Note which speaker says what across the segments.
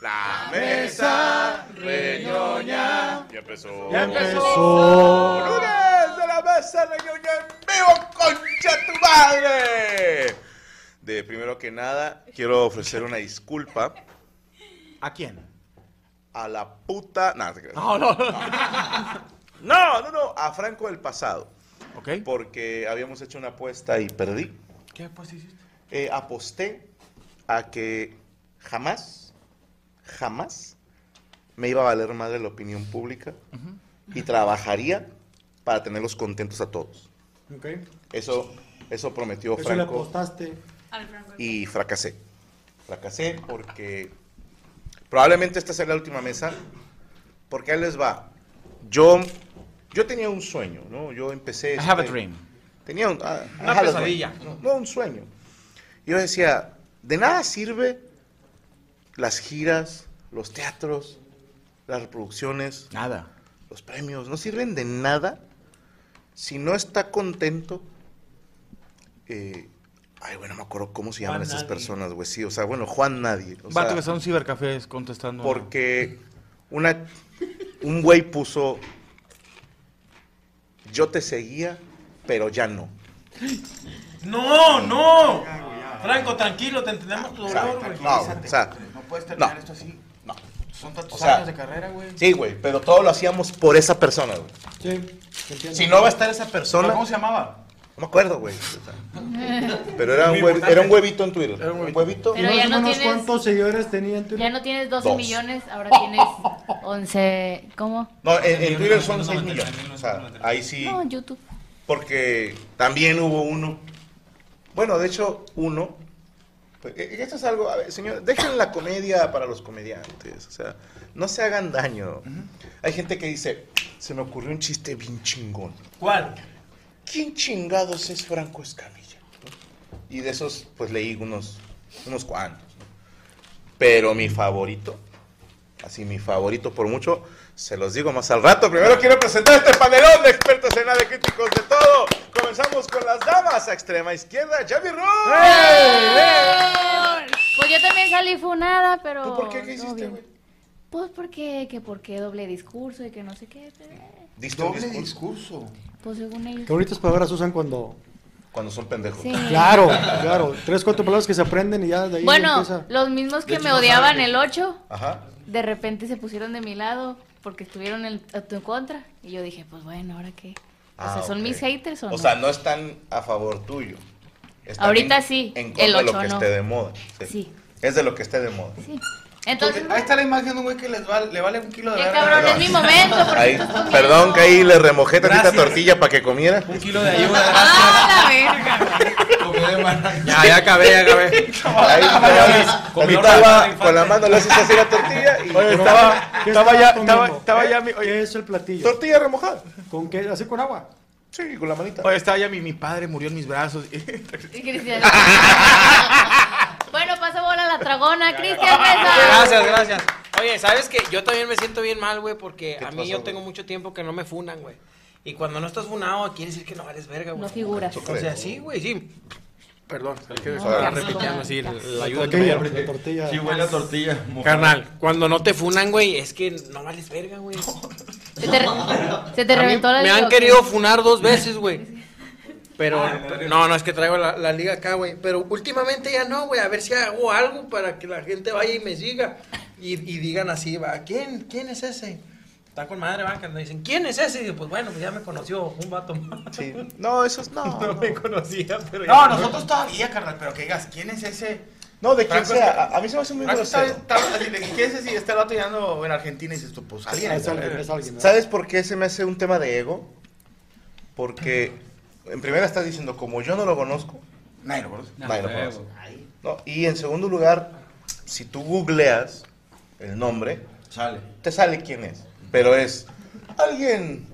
Speaker 1: La
Speaker 2: mesa reñoña.
Speaker 1: Ya empezó.
Speaker 2: Ya
Speaker 1: Lunes
Speaker 2: empezó.
Speaker 1: de la mesa reñoña en vivo, concha tu madre. De primero que nada, quiero ofrecer una disculpa
Speaker 2: ¿A quién?
Speaker 1: a la puta. Nah, no, te creas.
Speaker 2: No, no.
Speaker 1: no, no, no, a Franco del pasado.
Speaker 2: ¿Ok?
Speaker 1: Porque habíamos hecho una apuesta y perdí.
Speaker 2: ¿Qué pues hiciste?
Speaker 1: Eh, aposté a que jamás, jamás me iba a valer madre la opinión pública y trabajaría para tenerlos contentos a todos.
Speaker 3: Ok.
Speaker 1: Eso, eso prometió
Speaker 3: Eso le
Speaker 1: Franco
Speaker 3: apostaste.
Speaker 4: Al Franco.
Speaker 1: y fracasé. Fracasé porque probablemente esta sea la última mesa, porque ahí les va. Yo, yo tenía un sueño, ¿no? Yo empecé...
Speaker 2: I
Speaker 5: Pues,
Speaker 2: have a
Speaker 5: eh,
Speaker 1: este,
Speaker 2: dream.
Speaker 1: Tenía un- ah,
Speaker 2: Una
Speaker 1: ajá, los
Speaker 2: pesadilla.
Speaker 1: sueños. No, no, un sueño. Yo decía, de nada sirve las giras, los teatros, las reproducciones,
Speaker 2: Nada.
Speaker 1: los premios, no sirven de nada si no está contento. eh, ay, bueno, no me acuerdo cómo se llaman
Speaker 3: Juan
Speaker 1: esas
Speaker 3: Nadie.
Speaker 1: personas, güey. Sí, o sea, bueno, Juan Nadie. o
Speaker 2: Vato
Speaker 1: sea,
Speaker 2: que está en un cibercafé es contestando.
Speaker 1: porque una, un güey puso, yo te seguía, pero ya no.
Speaker 6: No, no. Franco, tranquilo, te entendemos tu
Speaker 1: O sea,
Speaker 6: dolor, güey.
Speaker 1: no, o sea,
Speaker 5: No puedes terminar
Speaker 1: No.
Speaker 5: esto así.
Speaker 1: no.
Speaker 5: Son tantos
Speaker 1: O sea,
Speaker 5: años de carrera, güey.
Speaker 1: Sí, güey, pero todo lo hacíamos por esa persona, güey.
Speaker 3: Sí, te entiendo.
Speaker 1: Si no va a estar esa persona,
Speaker 5: ¿Pero
Speaker 1: no
Speaker 5: ¿Cómo se llamaba?
Speaker 1: me acuerdo, güey. Pero era
Speaker 6: Muy
Speaker 1: un, huevi-
Speaker 6: importante.
Speaker 1: era un huevito en Twitter.
Speaker 2: Era un
Speaker 1: un
Speaker 2: huevito.
Speaker 1: huevito.
Speaker 4: Pero ya
Speaker 3: ¿Y más o
Speaker 4: no
Speaker 3: menos
Speaker 4: tienes-
Speaker 3: cuántos seguidores tenía en
Speaker 4: Ya
Speaker 3: Twitter?
Speaker 4: no tienes 12
Speaker 1: Dos.
Speaker 4: millones, ahora tienes 11. ¿Cómo?
Speaker 1: No, en, en Twitter son 6 millones. O sea, ahí sí.
Speaker 4: No, YouTube.
Speaker 1: Porque también hubo uno. Bueno, de hecho, uno. pues, eh, esto es algo. A ver, señor, dejen la comedia para los comediantes. O sea, no se hagan daño. Hay gente que dice: Se me ocurrió un chiste bien chingón.
Speaker 6: ¿Cuál?
Speaker 1: ¿quién chingados es Franco Escamilla? ¿No? Y de esos, pues leí unos, unos cuantos. ¿no? Pero mi favorito, así mi favorito por mucho, se los digo más al rato. Primero quiero presentar este panelón de expertos en nada de críticos de todo. Comenzamos con las damas a extrema izquierda, Javi ¡Eh,
Speaker 4: ¡Eh!
Speaker 1: Ruiz.
Speaker 4: Pues yo también salí funada, pero.
Speaker 1: eh! ¿Tú por qué? ¿Qué
Speaker 4: todo
Speaker 1: hiciste,
Speaker 4: bien.
Speaker 1: güey?
Speaker 4: Pues porque, que porque doble discurso y que no sé qué. pero, eh,
Speaker 1: ¿Diste un
Speaker 5: Doble
Speaker 1: discurso?
Speaker 5: discurso.
Speaker 4: Pues según ellos.
Speaker 3: Que bonitas palabras usan cuando.
Speaker 1: Cuando son pendejos.
Speaker 4: Sí.
Speaker 3: Claro, claro. Tres, cuatro palabras que se aprenden y ya de ahí
Speaker 4: Bueno,
Speaker 3: empieza.
Speaker 4: los mismos que
Speaker 5: hecho,
Speaker 4: me
Speaker 5: no
Speaker 4: odiaban
Speaker 5: sabe.
Speaker 4: el 8,
Speaker 1: Ajá.
Speaker 4: de repente se pusieron de mi lado porque estuvieron en, en tu contra. Y yo dije, pues bueno, ¿ahora qué? O sea,
Speaker 1: Ah,
Speaker 4: ¿son
Speaker 1: ok.
Speaker 4: mis haters o no?
Speaker 1: sea, no están a favor tuyo. Están
Speaker 4: Ahorita
Speaker 1: en-
Speaker 4: sí,
Speaker 1: En contra
Speaker 4: el
Speaker 1: de lo
Speaker 4: ocho
Speaker 1: que
Speaker 4: no.
Speaker 1: esté de moda.
Speaker 4: Sí.
Speaker 1: Es de lo que esté de moda.
Speaker 4: Sí. Entonces,
Speaker 5: Ahí está la imagen de un güey que les vale, le vale un kilo de
Speaker 4: eh,
Speaker 5: verga.
Speaker 4: cabrón, es mi momento. porque
Speaker 1: Ahí-
Speaker 4: estás comiendo.
Speaker 1: perdón que ahí le remojé tantita
Speaker 6: Gracias.
Speaker 1: tortilla para que comiera.
Speaker 6: Un kilo de ayuda.
Speaker 4: ¡Ah, la verga!
Speaker 2: Ya, ya acabé, ya acabé.
Speaker 1: Ahí
Speaker 6: Con mi
Speaker 1: estaba
Speaker 6: tabla.
Speaker 1: con la mano le haces así la tortilla y
Speaker 3: Oye,
Speaker 1: con
Speaker 3: estaba,
Speaker 2: ¿qué estaba ya-
Speaker 3: comiendo?
Speaker 2: estaba- estaba ya mi- oye.
Speaker 3: ¿Qué es el
Speaker 1: una
Speaker 3: platillo?
Speaker 1: tortilla remojada.
Speaker 3: ¿Con qué? ¿Así con agua?
Speaker 1: Sí, con la manita.
Speaker 2: Oye, estaba ya mi, mi padre murió en mis brazos.
Speaker 4: Y Cristian. bueno, pasa bola la tragona, Cristian Mesa.
Speaker 7: Gracias, gracias. Oye, ¿sabes qué? Yo también me siento bien mal, güey, porque
Speaker 1: ¿Qué
Speaker 7: a
Speaker 1: te
Speaker 7: mí
Speaker 1: pasó,
Speaker 7: yo
Speaker 1: güey?
Speaker 7: tengo mucho tiempo que no me funan, güey. Y cuando no estás funado, quiere decir que no vales verga, güey.
Speaker 4: No figuras.
Speaker 7: O sea, sí, güey, sí. Perdón, hay que
Speaker 4: No,
Speaker 7: estar
Speaker 4: qué asco.
Speaker 7: repitiendo así la ayuda que me
Speaker 3: Tortilla,
Speaker 7: dieron.
Speaker 3: la tortilla.
Speaker 6: buena tortilla.
Speaker 7: Carnal, cuando no te funan, güey, es que no vales verga, güey.
Speaker 4: Se te, re- se te
Speaker 7: A mí
Speaker 4: reventó la
Speaker 7: Me han
Speaker 4: liga, ¿o qué?
Speaker 7: querido funar dos veces, güey. Pero, Ah, no, no, es que traigo la, la liga acá, güey. Pero últimamente ya no, güey. A ver si hago algo para que la gente vaya y me siga. Y, y digan así, va, ¿quién, quién es ese? Está con madre, banca. Me dicen, ¿quién es ese? Y yo, pues bueno, pues ya me conoció un vato más.
Speaker 1: Sí. No, eso es no.
Speaker 7: No
Speaker 1: No,
Speaker 7: me conocía, pero ya.
Speaker 5: No, nosotros todavía, carnal, pero que digas, ¿quién es ese?
Speaker 1: de quien
Speaker 5: Franco
Speaker 1: sea.
Speaker 5: está-
Speaker 1: A, a mí se me hace muy
Speaker 5: Franco Ah, está,
Speaker 1: grosero.
Speaker 5: está- así de que, ¿Quién es ese? Y Este vato ya ando en Argentina y dices tú, pues alguien.
Speaker 3: Es alguien, es alguien. ¿verdad?
Speaker 1: ¿Sabes por qué se me hace un tema de ego? Porque en primera estás diciendo, como yo no lo conozco,
Speaker 5: Nadie lo conoce.
Speaker 1: nadie lo conoce. pues, No, y en segundo lugar, si tú googleas el nombre,
Speaker 5: Sale.
Speaker 1: te sale quién es. Pero es alguien,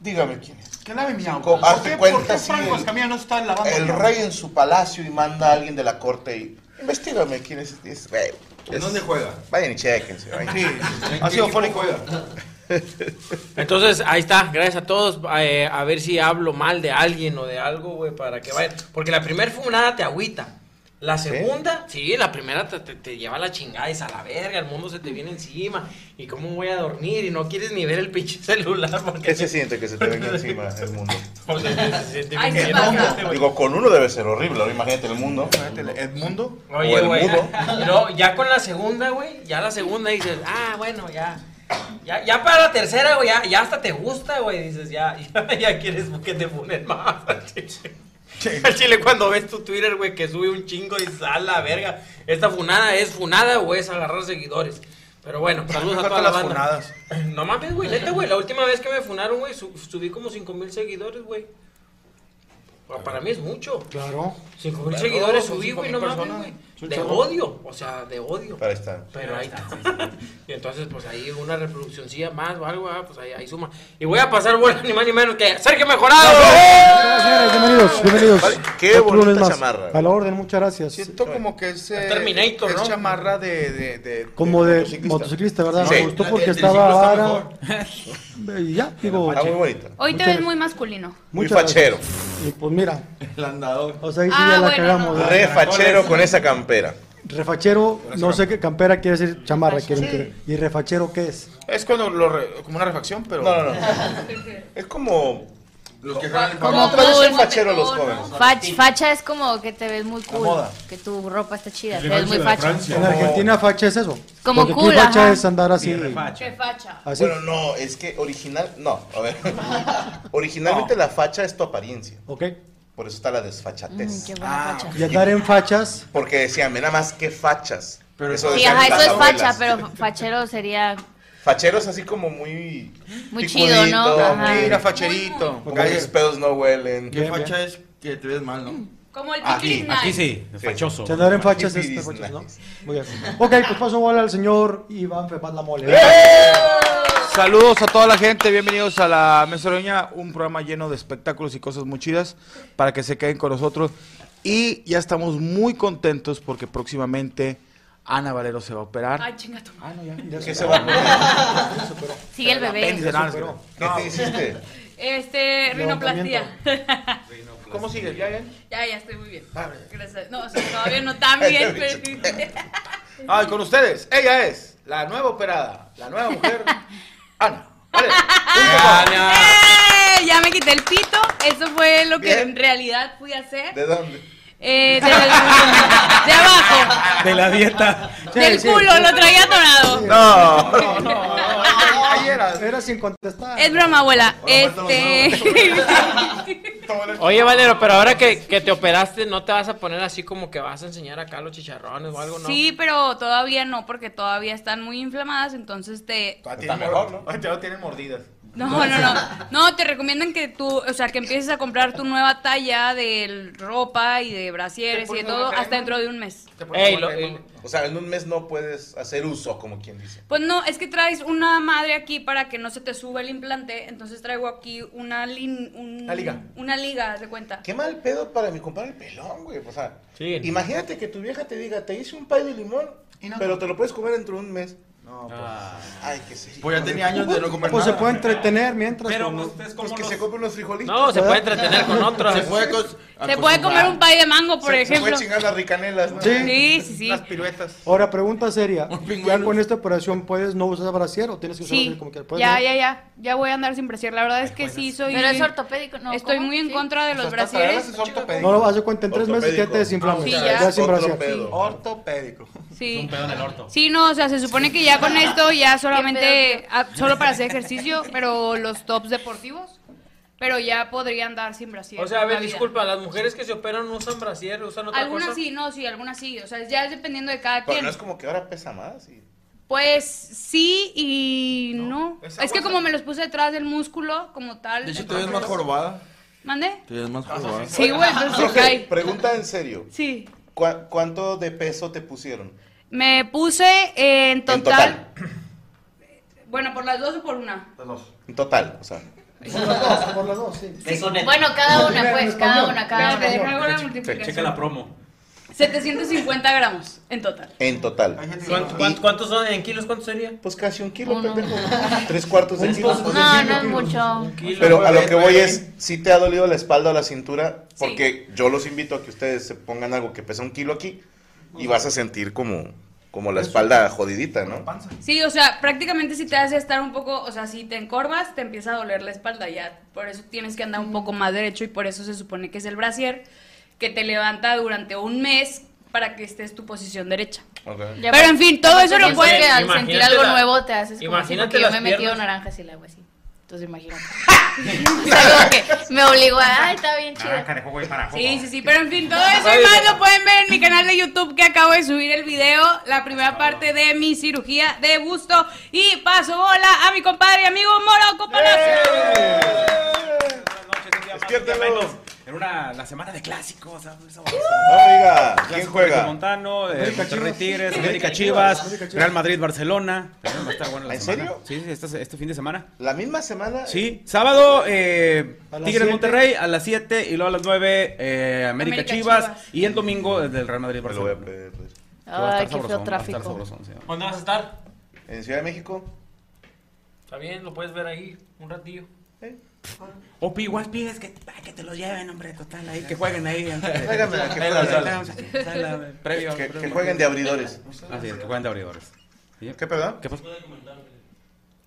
Speaker 1: dígame quién es.
Speaker 5: ¿Qué nave mi
Speaker 1: Co-
Speaker 5: auto?
Speaker 1: hazte
Speaker 5: ¿Por qué,
Speaker 1: cuenta
Speaker 5: ¿por qué
Speaker 1: si
Speaker 5: Franco
Speaker 1: el-
Speaker 5: Escamilla no está lavando?
Speaker 1: El
Speaker 5: mi auto?
Speaker 1: rey en su palacio y manda a alguien de la corte y investigame quién es. es, güey, es-
Speaker 6: juega?
Speaker 1: Vayan y chequense. vayan.
Speaker 5: Sí. Ha sido fónico.
Speaker 7: Entonces, ahí está. Gracias a todos. Eh, a ver si hablo mal de alguien o de algo, güey, para que vayan. Porque la primer funada te agüita. La segunda, sí, la primera te, te- te lleva a la chingada, es a la verga, el mundo se te viene encima. ¿Y cómo voy a dormir? Y no quieres ni ver el pinche celular porque
Speaker 1: ¿Qué se siente que se te venga encima el mundo?
Speaker 7: porque se siente
Speaker 4: Ay,
Speaker 7: bien
Speaker 4: sí
Speaker 7: cabrón,
Speaker 4: pasa.
Speaker 7: este güey.
Speaker 1: Digo, con uno debe ser horrible, ahora imagínate el mundo.
Speaker 5: El mundo.
Speaker 1: o
Speaker 7: Oye,
Speaker 1: el
Speaker 7: güey.
Speaker 1: mudo.
Speaker 7: No, ya con la segunda, güey. Ya la segunda dices, ah, bueno, ya. Ya, ya para la tercera, güey, ya, ya hasta te gusta, güey. Dices, ya, ya, ya quieres que te ponen más. al chile. Al chile, cuando ves tu Twitter, güey, que sube un chingo y dices, a la verga. Esta funada es funada o es agarrar seguidores. Pero bueno, saludos a toda la
Speaker 5: las
Speaker 7: banda.
Speaker 5: funadas.
Speaker 7: No mames, güey, neta, güey. La última vez que me funaron, güey, su- subí como 5 mil seguidores, güey. Para mí es mucho.
Speaker 3: Claro.
Speaker 7: 5 mil
Speaker 5: Claro,
Speaker 7: seguidores
Speaker 5: son
Speaker 7: subí,
Speaker 5: cinco
Speaker 7: güey, no
Speaker 5: mil
Speaker 7: mames,
Speaker 5: personas.
Speaker 7: güey.
Speaker 3: Son
Speaker 7: De
Speaker 3: chorro.
Speaker 7: odio, o sea, de odio.
Speaker 1: Para estar.
Speaker 7: Pero ahí está. Y entonces, pues ahí una reproduccióncilla más o algo, ah, pues ahí, ahí suma. Y voy a pasar, bueno, ni más ni menos que Sergio Mejorado.
Speaker 3: Señoras, señores, bienvenidos, bienvenidos.
Speaker 1: Vale, qué
Speaker 3: Otro
Speaker 1: bonita
Speaker 3: lunes más.
Speaker 1: chamarra.
Speaker 3: A la orden, muchas gracias.
Speaker 5: Siento como que es. eh,
Speaker 7: Terminator,
Speaker 5: es
Speaker 7: ¿no?
Speaker 5: chamarra de. de, de-
Speaker 3: Como
Speaker 5: de
Speaker 3: de
Speaker 5: motociclista.
Speaker 3: motociclista, ¿verdad?
Speaker 1: Sí.
Speaker 3: Me gustó
Speaker 5: La
Speaker 3: porque
Speaker 5: del
Speaker 3: estaba
Speaker 5: triciclo está
Speaker 3: vara. Y ya, digo,
Speaker 1: Está Ah, muy bonita.
Speaker 4: Hoy te
Speaker 3: Muchas-
Speaker 4: ves muy masculino.
Speaker 1: Muy
Speaker 3: muchas gracias.
Speaker 1: fachero.
Speaker 3: Y pues mira,
Speaker 2: El andador.
Speaker 3: o sea, ahí sí
Speaker 4: Ah,
Speaker 3: ya la
Speaker 4: bueno,
Speaker 3: cagamos.
Speaker 4: no.
Speaker 3: ¿verdad?
Speaker 1: Re fachero con esa campera.
Speaker 3: Refachero, no sé qué campera quiere decir chamarra. quiere decir. ¿Y refachero qué es?
Speaker 5: Es cuando lo re- como una refacción, pero.
Speaker 1: No, no, no. Es como.
Speaker 8: Los que jalan el
Speaker 1: ¿Cómo
Speaker 8: palo.
Speaker 1: traes
Speaker 4: cool,
Speaker 1: el fachero a los
Speaker 4: motetón, ¿no?
Speaker 1: jóvenes?
Speaker 4: Fach- facha es como que te ves muy cool.
Speaker 5: moda.
Speaker 4: Que tu ropa está chida.
Speaker 8: El
Speaker 4: Te ves
Speaker 8: gancho
Speaker 4: muy
Speaker 8: de la
Speaker 4: facha.
Speaker 8: Francia.
Speaker 3: En Argentina facha es eso.
Speaker 4: Como
Speaker 3: Porque aquí
Speaker 4: cool,
Speaker 3: facha
Speaker 4: ajá.
Speaker 3: es andar así.
Speaker 4: Che facha.
Speaker 3: Así.
Speaker 1: Bueno, no, es que original. No, a ver. Originalmente la facha es tu apariencia.
Speaker 3: Ok.
Speaker 1: Por eso está la
Speaker 4: Mm,
Speaker 1: desfachatez.
Speaker 4: qué buena facha.
Speaker 3: Y andar en fachas.
Speaker 1: Porque decían, mira más que fachas. Pero eso
Speaker 4: Sí,
Speaker 1: decían
Speaker 4: ajá,
Speaker 1: las
Speaker 4: eso es facha,
Speaker 1: abuelas.
Speaker 4: pero fachero sería
Speaker 1: Fachero es así como muy.
Speaker 4: Muy chido, ¿no?
Speaker 1: picudito,
Speaker 4: Ajá.
Speaker 1: muy-
Speaker 5: Mira, facherito.
Speaker 1: Como que sus pedos no huelen.
Speaker 8: ¿Qué facha es que te ves mal, no?
Speaker 4: Como el
Speaker 1: Aquí,
Speaker 4: Pickles
Speaker 9: Aquí
Speaker 4: Night.
Speaker 9: sí,
Speaker 1: Sí.
Speaker 9: fachoso.
Speaker 3: Si andar en fachas es
Speaker 1: Sí,
Speaker 3: es
Speaker 1: sí,
Speaker 3: fachas, ¿no?
Speaker 1: nice.
Speaker 3: Muy bien. Ok, pues paso bola al señor Iván Pepaz la mole.
Speaker 2: Saludos a toda la gente, bienvenidos a la Mesa Reña, un programa lleno de espectáculos y cosas muy chidas para que se queden con nosotros. Y ya estamos muy contentos porque próximamente Ana Valero se va a operar.
Speaker 4: Ay, chinga tu madre.
Speaker 2: Ah, no, ya.
Speaker 1: ¿Qué se va a poner?
Speaker 4: Sigue el
Speaker 2: Apéndice,
Speaker 4: bebé.
Speaker 2: nada, no,
Speaker 3: superó.
Speaker 1: ¿Qué te hiciste?
Speaker 10: Este, rinoplastia.
Speaker 5: ¿Cómo sigue? ¿Ya, ya?
Speaker 10: Ya, ya estoy muy bien. Gracias. No, o sea, todavía no tan bien, pero sí.
Speaker 5: Ah, y con ustedes. Ella es la nueva operada, la nueva mujer, Ana. Vale.
Speaker 10: ¡Eh! Ya me quité el pito. Eso fue lo que
Speaker 1: Bien.
Speaker 10: en realidad fui a hacer.
Speaker 1: ¿De dónde?
Speaker 10: Eh, de, de abajo.
Speaker 9: De la dieta.
Speaker 10: del
Speaker 3: sí.
Speaker 10: culo, lo traía atorado.
Speaker 1: No.
Speaker 5: Ahí era.
Speaker 3: Era sin contestar.
Speaker 10: Es broma, abuela. Este.
Speaker 7: Oye, Valero, pero ahora que, que te operaste, ¿no te vas a poner así como que vas a enseñar acá los chicharrones o algo, no?
Speaker 10: Sí, pero todavía no, porque todavía están muy inflamadas, entonces te,
Speaker 5: Está mejor, ¿no? Ahorita tienen mordidas.
Speaker 10: No, no, no. No, te recomiendan que tú, o sea, que empieces a comprar tu nueva talla de ropa y de brasieres y de todo hasta dentro de un mes.
Speaker 5: Te pones
Speaker 7: Ey,
Speaker 5: como
Speaker 7: lo-
Speaker 5: que-
Speaker 7: el-
Speaker 1: O sea, en un mes no puedes hacer uso, como quien dice.
Speaker 10: Pues no, es que traes una madre aquí para que no se te suba el implante, entonces traigo aquí una lin- un-
Speaker 5: Una liga.
Speaker 10: Una liga, haz de cuenta.
Speaker 1: Qué mal pedo para mi comprar el pelón, güey. O sea,
Speaker 7: Sí.
Speaker 1: imagínate que tu vieja te diga, te hice un pay de limón, pero te lo puedes comer dentro de un mes.
Speaker 5: No, pues.
Speaker 1: Pues, ay, que sí.
Speaker 8: Pues ya tenía años de no comer
Speaker 3: Pues se
Speaker 8: nada.
Speaker 3: puede entretener mientras.
Speaker 9: Pero
Speaker 3: con-
Speaker 9: pues, ustedes
Speaker 1: Pues
Speaker 9: como
Speaker 1: que
Speaker 9: los...
Speaker 1: se compre unos frijolitos.
Speaker 7: No, se puede entretener con otros.
Speaker 8: Se puede cos-
Speaker 10: Se puede comer un pay de mango, por
Speaker 1: se, se
Speaker 10: ejemplo.
Speaker 1: puede chingar las ricanelas, ¿no?
Speaker 3: Sí.
Speaker 10: sí, sí, sí.
Speaker 5: Las piruetas.
Speaker 3: Ahora, pregunta seria.
Speaker 8: Un
Speaker 3: ¿Ya
Speaker 8: pingüino.
Speaker 3: con esta operación puedes no usar brasier o tienes que usar
Speaker 10: Sí,
Speaker 3: brasier como quieras? ¿Puedes,
Speaker 10: ya,
Speaker 3: no?
Speaker 10: ya, ya. Ya voy a andar sin brasier. La verdad es que sí soy.
Speaker 4: Pero es ortopédico, ¿no?
Speaker 10: Estoy
Speaker 4: ¿Cómo?
Speaker 10: muy en
Speaker 4: Sí.
Speaker 10: contra de los
Speaker 5: Hasta traer
Speaker 10: brasieres.
Speaker 5: las ortopédicas.
Speaker 3: No lo vas a cuenta en tres meses ya
Speaker 1: Ortopédico.
Speaker 3: te desinflamas.
Speaker 10: Sí,
Speaker 1: Otra
Speaker 10: ya.
Speaker 1: vez
Speaker 3: sin
Speaker 1: otro
Speaker 3: brasier.
Speaker 1: pedo.
Speaker 5: Ortopédico.
Speaker 10: Sí.
Speaker 9: del orto.
Speaker 10: Sí, no, o sea, se supone que ya con esto ya
Speaker 4: Qué
Speaker 10: solamente, ah, solo para hacer ejercicio, pero los tops deportivos, pero ya podrían dar sin brasier.
Speaker 7: O sea, a ver,
Speaker 10: la vida.
Speaker 7: disculpa, las mujeres que se operan no usan brasier, usan otra
Speaker 10: Algunas
Speaker 7: cosa.
Speaker 10: sí, no, sí, algunas sí, o sea, ya es dependiendo de cada
Speaker 1: Pero
Speaker 10: quien.
Speaker 1: no es como que ahora pesa más. y-
Speaker 10: Pues sí y no.
Speaker 5: esa
Speaker 10: Es que
Speaker 5: bolsa-
Speaker 10: como me los puse detrás del músculo, como tal.
Speaker 8: De hecho, te
Speaker 9: Este
Speaker 10: entonces-
Speaker 8: ves más jorobada.
Speaker 10: ¿Mande?
Speaker 8: Te ves
Speaker 9: Ah,
Speaker 8: más jorobada.
Speaker 10: Sí, güey, entonces se
Speaker 1: Jorge,
Speaker 10: cae.
Speaker 1: pregunta en serio.
Speaker 10: Sí.
Speaker 1: ¿Cuá- ¿Cuánto de peso te pusieron?
Speaker 10: Me puse eh, en
Speaker 1: En
Speaker 10: total. Bueno, por las dos o por una.
Speaker 1: En total, o sea.
Speaker 3: Por las dos, por las dos, sí.
Speaker 9: Eso
Speaker 4: Bueno, cada una,
Speaker 3: Mira,
Speaker 4: pues,
Speaker 3: en
Speaker 4: cada
Speaker 3: español.
Speaker 4: una,
Speaker 10: Pero
Speaker 4: cada
Speaker 10: te
Speaker 4: una.
Speaker 10: dejo la
Speaker 9: Checa
Speaker 10: multiplicación.
Speaker 9: la promo.
Speaker 10: 750 gramos en total.
Speaker 1: En total.
Speaker 6: ¿Cuánto- cuánto- ¿Cuántos son? ¿En kilos cuánto sería?
Speaker 1: Pues casi un kilo,
Speaker 4: Uno.
Speaker 1: pendejo. Tres cuartos de kilo.
Speaker 4: No, no es mucho.
Speaker 6: Kilo,
Speaker 1: Pero a lo
Speaker 6: nueve,
Speaker 1: que voy
Speaker 6: nueve.
Speaker 1: es, si te ha dolido la espalda o la cintura, porque yo los invito a que ustedes se pongan algo que pesa un kilo aquí y vas a sentir como, como la espalda jodidita, ¿no?
Speaker 10: Sí, o sea, prácticamente si te hace estar un poco, o sea, si te encorvas, te empieza a doler la espalda ya. Por eso tienes que andar un poco más derecho y por eso se supone que es el brasier que te levanta durante un mes para que estés tu posición derecha.
Speaker 1: Ok.
Speaker 4: Ya
Speaker 10: Pero
Speaker 4: pa-
Speaker 10: en fin, todo eso lo
Speaker 4: Porque
Speaker 10: puedes...
Speaker 6: puede-
Speaker 4: al
Speaker 6: Imagínate
Speaker 4: sentir algo
Speaker 6: la-
Speaker 4: nuevo te haces como así,
Speaker 6: imagínate
Speaker 4: porque yo
Speaker 6: las
Speaker 4: me he metido
Speaker 6: piernas.
Speaker 4: naranjas y la hago así. Entonces imagínate. O sea, como que me obligó a, ay, está bien chido.
Speaker 9: Naranja de jugo y para jugo.
Speaker 10: Sí, sí, sí, pero en fin, todo eso y más lo pueden ver en mi canal de YouTube que acabo de subir el video, la primera parte de mi cirugía de busto y paso bola a mi compadre y amigo Moro Copanas.
Speaker 1: ¡Eh!
Speaker 9: Buenas noches, un día más, un día
Speaker 1: Despiértelo.
Speaker 9: menos. En una, la semana de clásicos. ¿sabes? Esa-
Speaker 1: Oiga, ¿quién
Speaker 9: Clásico Regio
Speaker 1: juega?
Speaker 9: Montano, eh,
Speaker 3: América
Speaker 9: Monterrey
Speaker 3: Chivas.
Speaker 9: Tigres, América
Speaker 3: América
Speaker 9: Chivas,
Speaker 3: Chivas.
Speaker 9: Real Madrid, Barcelona. También va a estar buena la
Speaker 1: ¿En
Speaker 9: semana.
Speaker 1: serio?
Speaker 9: Sí, sí, este, este fin de semana.
Speaker 1: ¿La misma semana?
Speaker 9: Sí, sábado eh,
Speaker 3: A las
Speaker 9: Tigres
Speaker 3: siete.
Speaker 9: Monterrey a las 7 y luego a las 9 eh, América,
Speaker 10: América
Speaker 9: Chivas,
Speaker 10: Chivas.
Speaker 9: y el domingo el del Real Madrid
Speaker 1: Me lo voy a
Speaker 9: Barcelona.
Speaker 1: pedir, pues.
Speaker 9: Que va a
Speaker 4: Ay,
Speaker 9: estar
Speaker 4: qué feo
Speaker 9: sabrosón, va a estar
Speaker 4: tráfico.
Speaker 9: sabrosón, sí.
Speaker 6: ¿Dónde vas a estar?
Speaker 1: ¿En Ciudad de México?
Speaker 6: Está bien, lo puedes ver ahí un ratillo.
Speaker 9: Opi, igual pides que, ay, que te lo lleven, hombre, total, ahí, que jueguen ahí. antes de-
Speaker 1: Tráigame la que
Speaker 9: Ahí,
Speaker 1: juegan.
Speaker 9: tráigame la que juegan, Previo.
Speaker 1: Que, que
Speaker 9: previo.
Speaker 1: jueguen de abridores.
Speaker 9: Así es, que jueguen de abridores. ¿Sí?
Speaker 1: ¿Qué, perdón?
Speaker 9: ¿Qué pasó?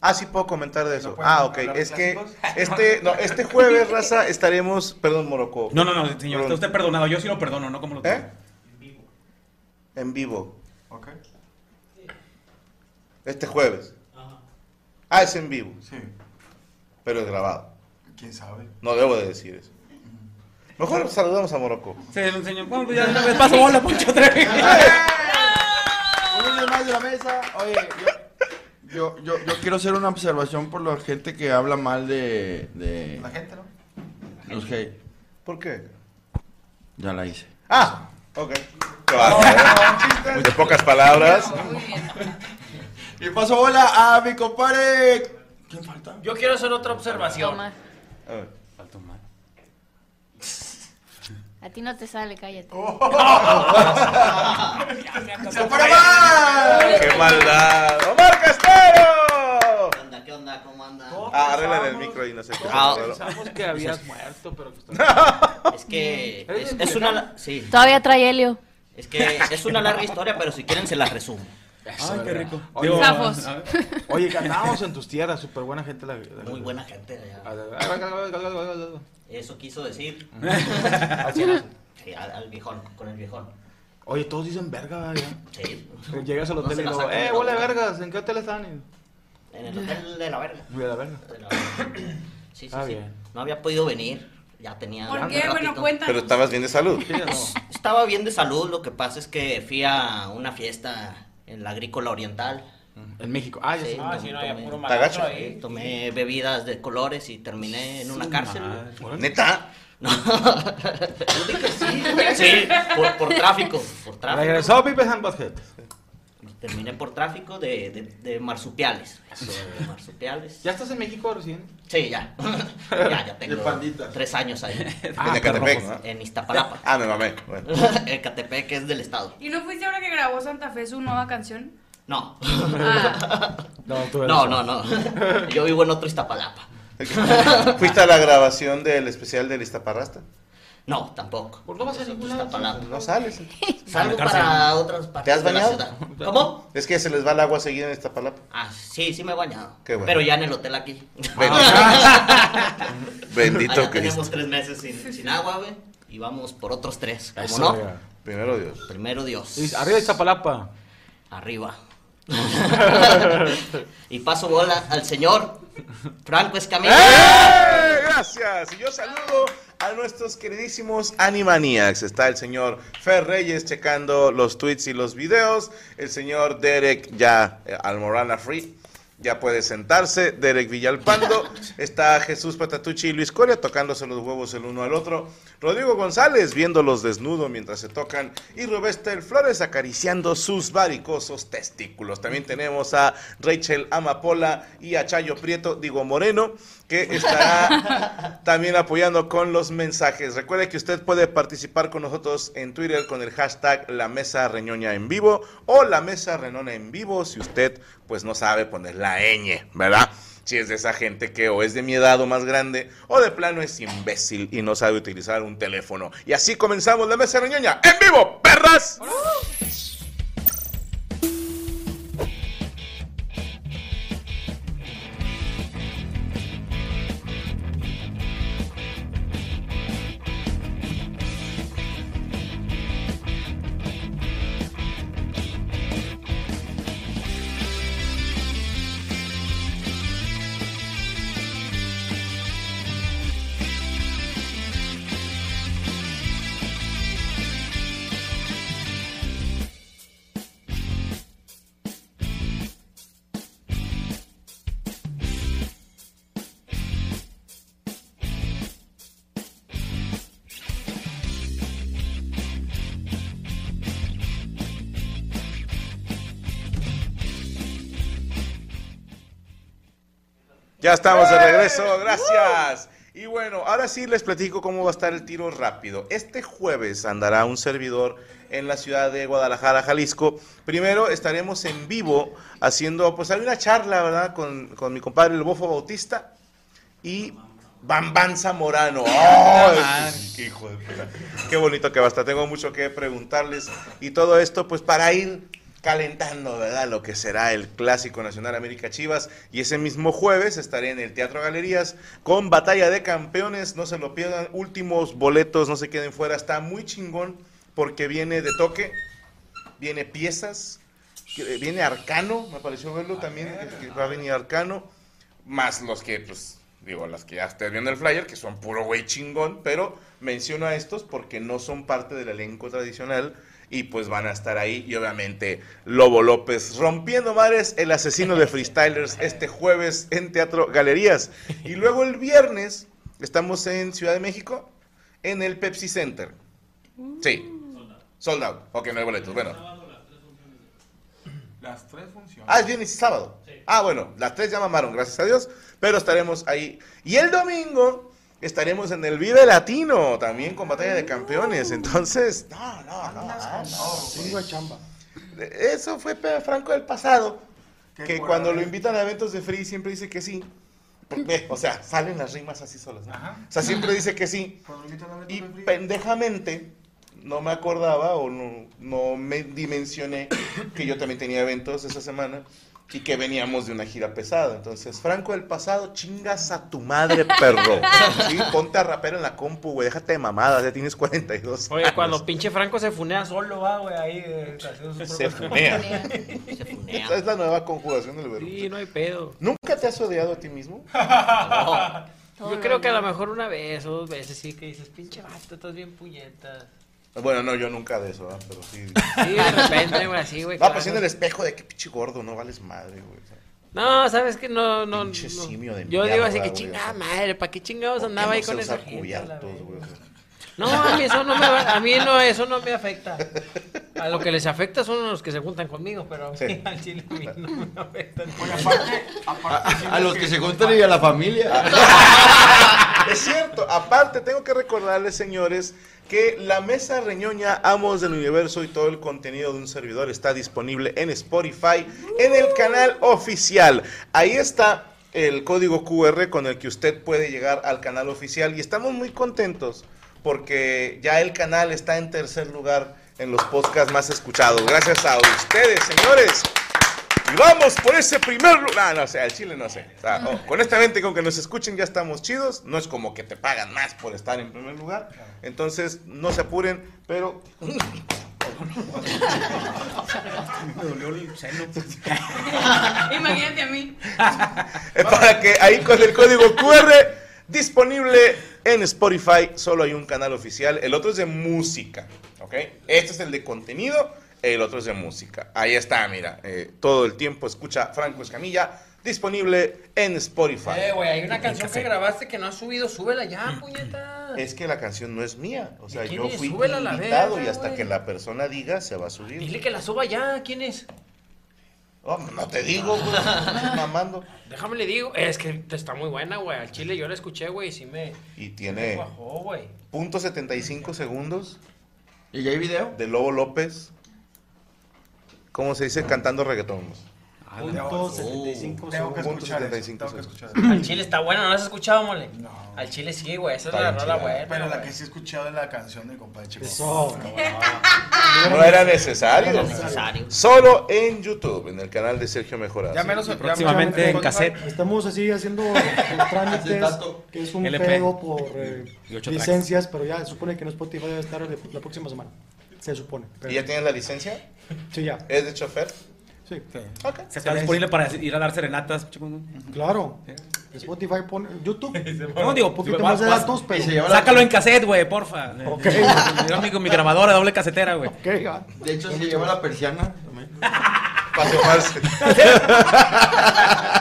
Speaker 1: Ah, sí puedo comentar de eso. ah, ok. Es que este, no, este jueves, raza, estaremos... Perdón, Morocco.
Speaker 9: No, no, no, señor, está usted perdonado. Yo sí lo perdono, ¿no? Como lo
Speaker 1: ¿Eh? En vivo.
Speaker 8: Ok.
Speaker 1: Este jueves. Ah, es en vivo,
Speaker 8: Sí.
Speaker 1: pero es grabado.
Speaker 8: ¿Quién sabe?
Speaker 1: No debo de decir eso. Mejor saludamos a Morocco.
Speaker 9: Sí, señor. Bueno, pues ya de una vez paso bola, Poncho Trevi.
Speaker 8: Un niño más de la mesa. Oye, yo, yo, yo, yo quiero hacer una observación por la gente que habla mal de. de
Speaker 5: La gente, ¿no?
Speaker 8: los gay.
Speaker 1: ¿Por qué?
Speaker 8: Ya la hice.
Speaker 1: Ah, ok. Qué bárbaro. De pocas palabras.
Speaker 8: Y paso bola a mi compadre. ¿Quién falta?
Speaker 6: Yo quiero hacer otra observación.
Speaker 4: Toma.
Speaker 1: A ver.
Speaker 9: Falta un mal.
Speaker 4: A ti no te sale, cállate.
Speaker 9: Oh.
Speaker 11: Ah,
Speaker 8: ¡Se fuera más!
Speaker 1: ¡Qué maldad! ¡Omar Castero!
Speaker 11: ¿Qué onda? ¿Qué onda? ¿Cómo anda?
Speaker 1: Ah, arregla el micro y no sé qué.
Speaker 11: Ah.
Speaker 6: Pensamos que habías muerto, pero pues
Speaker 11: Es que es, es una sí,
Speaker 4: Todavía trae helio.
Speaker 11: es que es una larga historia, pero si quieren se las resumo.
Speaker 9: Ay, qué rico.
Speaker 10: Zafos.
Speaker 9: a ver.
Speaker 2: Oye, ganamos en tus tierras, súper buena gente. La, la-
Speaker 11: Muy buena gente allá. Eso quiso decir. Sí, al, al viejón, con el viejón.
Speaker 2: Oye, todos dicen verga. ya.
Speaker 11: Sí.
Speaker 2: Llegas al
Speaker 11: No
Speaker 2: hotel
Speaker 11: se
Speaker 2: y
Speaker 11: la
Speaker 2: luego,
Speaker 11: sacan de
Speaker 2: eh,
Speaker 11: la
Speaker 2: huele a
Speaker 11: boca.
Speaker 2: vergas, ¿en qué hotel están?
Speaker 11: En el hotel de la verga.
Speaker 2: Y, "Huele a verga.
Speaker 11: De la verga. Sí, sí,
Speaker 2: Ah,
Speaker 11: sí.
Speaker 2: bien.
Speaker 11: No había podido venir. Ya tenía.
Speaker 10: ¿Por
Speaker 11: un
Speaker 10: qué? Bueno,
Speaker 1: Pero
Speaker 11: ratito.
Speaker 10: cuéntanos.
Speaker 1: estabas bien de salud.
Speaker 11: Estaba bien de salud, lo que pasa es que fui a una fiesta en la agrícola oriental.
Speaker 2: En México. Ah, ya
Speaker 11: Sí,
Speaker 2: sé.
Speaker 6: Ah,
Speaker 11: tomé-
Speaker 6: sí, no, había puro
Speaker 1: Te agacho.
Speaker 6: malandro ahí.
Speaker 11: Tomé bebidas de colores y terminé en una cárcel.
Speaker 1: Neta.
Speaker 11: No. Yo dije sí. Sí, por, por tráfico. Por tráfico.
Speaker 2: Regresó Pipe and Butthead.
Speaker 11: Terminé por tráfico de, de, de marsupiales. De marsupiales.
Speaker 2: ¿Ya estás en México recién?
Speaker 11: Sí, ya. Ya, ya tengo
Speaker 8: De panditas.
Speaker 11: tres años ahí.
Speaker 1: En Ecatepec, ¿no?
Speaker 11: En Iztapalapa.
Speaker 1: Ah, me mamé. Bueno.
Speaker 11: Ecatepec es del estado.
Speaker 10: ¿Y no fuiste ahora que grabó Santa Fe su nueva canción?
Speaker 11: No.
Speaker 10: Ah,
Speaker 2: No, tú eres-
Speaker 11: No, no, no. Yo vivo en otro Iztapalapa.
Speaker 1: ¿Fuiste a la grabación del especial del Iztaparrasta?
Speaker 11: No, tampoco.
Speaker 2: ¿Por no vas a
Speaker 11: Es otro
Speaker 2: ningún lado?
Speaker 11: Iztapalapa.
Speaker 1: No sales.
Speaker 11: Salgo
Speaker 9: A la cárcel.
Speaker 11: para otras partes
Speaker 1: has
Speaker 11: de la
Speaker 1: bañado?
Speaker 11: ciudad. ¿Cómo?
Speaker 1: Es que se les va el agua seguida en Iztapalapa.
Speaker 11: Ah, sí, sí me he bañado.
Speaker 1: Qué bueno.
Speaker 11: Pero ya en el hotel aquí.
Speaker 1: Bendito
Speaker 11: Allá
Speaker 1: Cristo.
Speaker 11: tenemos tres meses sin, sin agua, güey. Y vamos por otros tres. ¿Cómo
Speaker 2: Eso,
Speaker 11: no?
Speaker 2: Oh, ya.
Speaker 1: Primero Dios.
Speaker 11: Primero Dios.
Speaker 2: Y Arriba de Iztapalapa.
Speaker 11: Arriba. y paso bola al señor Franco Escamilla.
Speaker 1: ¡Eh! Gracias. Y yo saludo a nuestros queridísimos Animaniacs. Está el señor Fer Reyes checando los tweets y los videos. El señor Derek ya eh, Almorana Free. Ya puede sentarse, Derek Villalpando. Está Jesús Patatucci y Luis Coria tocándose los huevos el uno al otro. Rodrigo González viéndolos desnudo mientras se tocan. Y Robestel Flores acariciando sus varicosos testículos. También tenemos a Rachel Amapola y a Chayo Prieto, digo Moreno. que estará también apoyando con los mensajes. Recuerde que usted puede participar con nosotros en Twitter con el hashtag La Mesa Reñoña en vivo o La Mesa Renona en vivo si usted pues no sabe poner la ñ, ¿verdad? Si es de esa gente que o es de mi edad o más grande o de plano es imbécil y no sabe utilizar un teléfono. Y así comenzamos La Mesa Reñoña en vivo, perras. Ya estamos de regreso, gracias. Y bueno, ahora sí les platico cómo va a estar el tiro rápido. Este jueves andará un servidor en la ciudad de Guadalajara, Jalisco. Primero estaremos en vivo haciendo, pues hay una charla, ¿verdad? Con, con mi compadre el Bofo Bautista y Bambán Zamorano. ¡Ay! ¡Qué hijo de puta! Qué bonito que va a estar. Tengo mucho que preguntarles. Y todo esto, pues para ir calentando, ¿verdad? Lo que será el Clásico Nacional América Chivas. Y ese mismo jueves estaré en el Teatro Galerías con Batalla de Campeones. No se lo pierdan. Últimos boletos, no se queden fuera. Está muy chingón porque viene de toque, viene piezas, que- eh, viene Arcano. Me pareció verlo también, que, que va a venir Arcano. Más los que, pues, digo, las que ya estén viendo el flyer, que son puro güey chingón. Pero menciono a estos porque no son parte del elenco tradicional y pues van a estar ahí. Y obviamente Lobo López rompiendo mares, el asesino de freestylers, este jueves en Teatro Galerías. Y luego el viernes estamos en Ciudad de México, en el Pepsi Center. Sí. Sold out. Ok, no hay boletos. Bueno.
Speaker 8: Las tres funciones.
Speaker 1: Ah, es viernes y sábado. Ah, bueno, las tres ya mamaron, gracias a Dios. Pero estaremos ahí. Y el domingo estaremos en el Vive Latino, también con Batalla de Campeones. Entonces, no, no, no. ah, no.
Speaker 3: Chingo de chamba.
Speaker 1: Eso fue Pe- Franco del pasado. Que cuando lo invitan a eventos de free siempre dice que sí. Porque, o sea, salen las rimas así solas. ¿no? O sea, siempre dice que sí. Y pendejamente no me acordaba o no, no me dimensioné que yo también tenía eventos esa semana y que veníamos de una gira pesada. Entonces, Franco del pasado, chingas a tu madre, perro. Sí, ponte a rapero en la compu, güey. Déjate de mamadas, ya tienes 42.
Speaker 12: Oye,
Speaker 1: años.
Speaker 12: cuando pinche Franco se funea solo, va, güey, ahí. eh, haciendo su
Speaker 1: Se
Speaker 12: propio-
Speaker 1: funea. Esa es la nueva conjugación del verbo.
Speaker 12: Sí, no hay pedo.
Speaker 1: ¿Nunca te has odiado a ti mismo?
Speaker 12: Yo creo que a lo mejor una vez o dos veces sí que dices, pinche vato, estás bien puñetas.
Speaker 1: Bueno, no, yo nunca de eso, ¿verdad? pero sí.
Speaker 12: Sí, de repente, güey, así, güey,
Speaker 1: Va,
Speaker 12: claro.
Speaker 1: pues en el espejo de que pinche gordo, no vales madre, güey. o sea,
Speaker 12: No, sabes que no, no.
Speaker 1: Pinche
Speaker 12: no.
Speaker 1: simio de
Speaker 12: Yo digo así
Speaker 1: mierda,
Speaker 12: que
Speaker 1: güey,
Speaker 12: chingada madre, ¿para qué chingados
Speaker 1: ¿por qué
Speaker 12: andaba
Speaker 1: no
Speaker 12: ahí
Speaker 1: sé
Speaker 12: con esa
Speaker 1: usar
Speaker 12: gente?
Speaker 1: cubiertos, güey? O sea,
Speaker 12: No, a mí eso no me va- a mí no, eso no me afecta. A lo que les afecta son los que se juntan conmigo, pero a mí,
Speaker 8: Sí.
Speaker 12: al chile a mí no me afecta.
Speaker 8: A los que se juntan y a la familia.
Speaker 1: Es cierto, aparte tengo que recordarles, señores, que la mesa reñoña Amos del Universo y todo el contenido de un servidor está disponible en Spotify, en el canal oficial. Ahí está el código QR con el que usted puede llegar al canal oficial y estamos muy contentos porque ya el canal está en tercer lugar en los podcasts más escuchados. Gracias a ustedes, señores. Y vamos por ese primer lugar. No, no sé, al Chile no sé. O sea, o- con esta mente, con que nos escuchen, ya estamos chidos. No es como que te pagan más por estar en primer lugar. Entonces, no se apuren, pero.
Speaker 9: Me dolió el seno.
Speaker 10: Imagínate a mí.
Speaker 1: Para que ahí con el código QR disponible en Spotify, solo hay un canal oficial. El otro es de música, ¿ok? Este es el de contenido, el otro es de música. Ahí está, mira. eh, todo el tiempo escucha Franco Escamilla, disponible en Spotify.
Speaker 7: Eh, güey, hay una canción que grabaste que no has subido, súbela ya, puñeta.
Speaker 1: Es que la canción no es mía. O sea,
Speaker 7: ¿De quién
Speaker 1: yo
Speaker 7: es?
Speaker 1: fui
Speaker 7: Súbela a la
Speaker 1: invitado
Speaker 7: verga,
Speaker 1: y hasta
Speaker 7: güey.
Speaker 1: que la persona diga se va a subir.
Speaker 12: Dile que la suba ya, ¿quién es?
Speaker 1: Oh, no te digo, güey. Estás mamando.
Speaker 12: Déjame le digo, es que está muy buena, güey. Al chile yo la escuché, güey, y sí me.
Speaker 1: Y
Speaker 12: me
Speaker 1: tiene
Speaker 12: Guajó, güey.
Speaker 1: punto .75 segundos. ¿Y ya hay video? De Lobo López. ¿Cómo se dice? Cantando reggaetón.
Speaker 3: Punto 75 segundos.
Speaker 12: Al chile está buena, ¿no la has escuchado, mole? No. Al chile sí, güey. Esa es
Speaker 1: Está
Speaker 12: la
Speaker 1: bien
Speaker 12: rola
Speaker 1: chida.
Speaker 12: buena.
Speaker 13: Pero la
Speaker 12: güey.
Speaker 13: que sí he escuchado es la canción de compadre Chico.
Speaker 1: Eso. No era necesario.
Speaker 13: No era necesario.
Speaker 1: Solo en YouTube, en el canal de Sergio Mejorado.
Speaker 3: Ya menos-
Speaker 1: Sí.
Speaker 3: Próximamente en cassette. Estamos así haciendo los trámites, que es un
Speaker 1: LP.
Speaker 3: pedo por eh,
Speaker 1: Y ocho tracks.
Speaker 3: licencias, pero ya se supone que en Spotify debe estar el- la próxima semana. Se supone. pero-
Speaker 1: ¿Y ya tienes la licencia?
Speaker 3: Sí, ya.
Speaker 1: ¿Es de chofer?
Speaker 3: Sí.
Speaker 9: Se está disponible para ir a dar serenatas.
Speaker 3: Claro. Spotify pone. YouTube.
Speaker 9: No, digo,
Speaker 3: un poquito
Speaker 9: vas-
Speaker 3: más de
Speaker 9: vas-
Speaker 3: datos, pues, pero.
Speaker 9: Sácalo en cassette, güey, porfa.
Speaker 3: Ok.
Speaker 9: Yo mi, con mi grabadora, doble casetera, güey.
Speaker 8: De hecho, se lleva la persiana también.
Speaker 1: Paso más.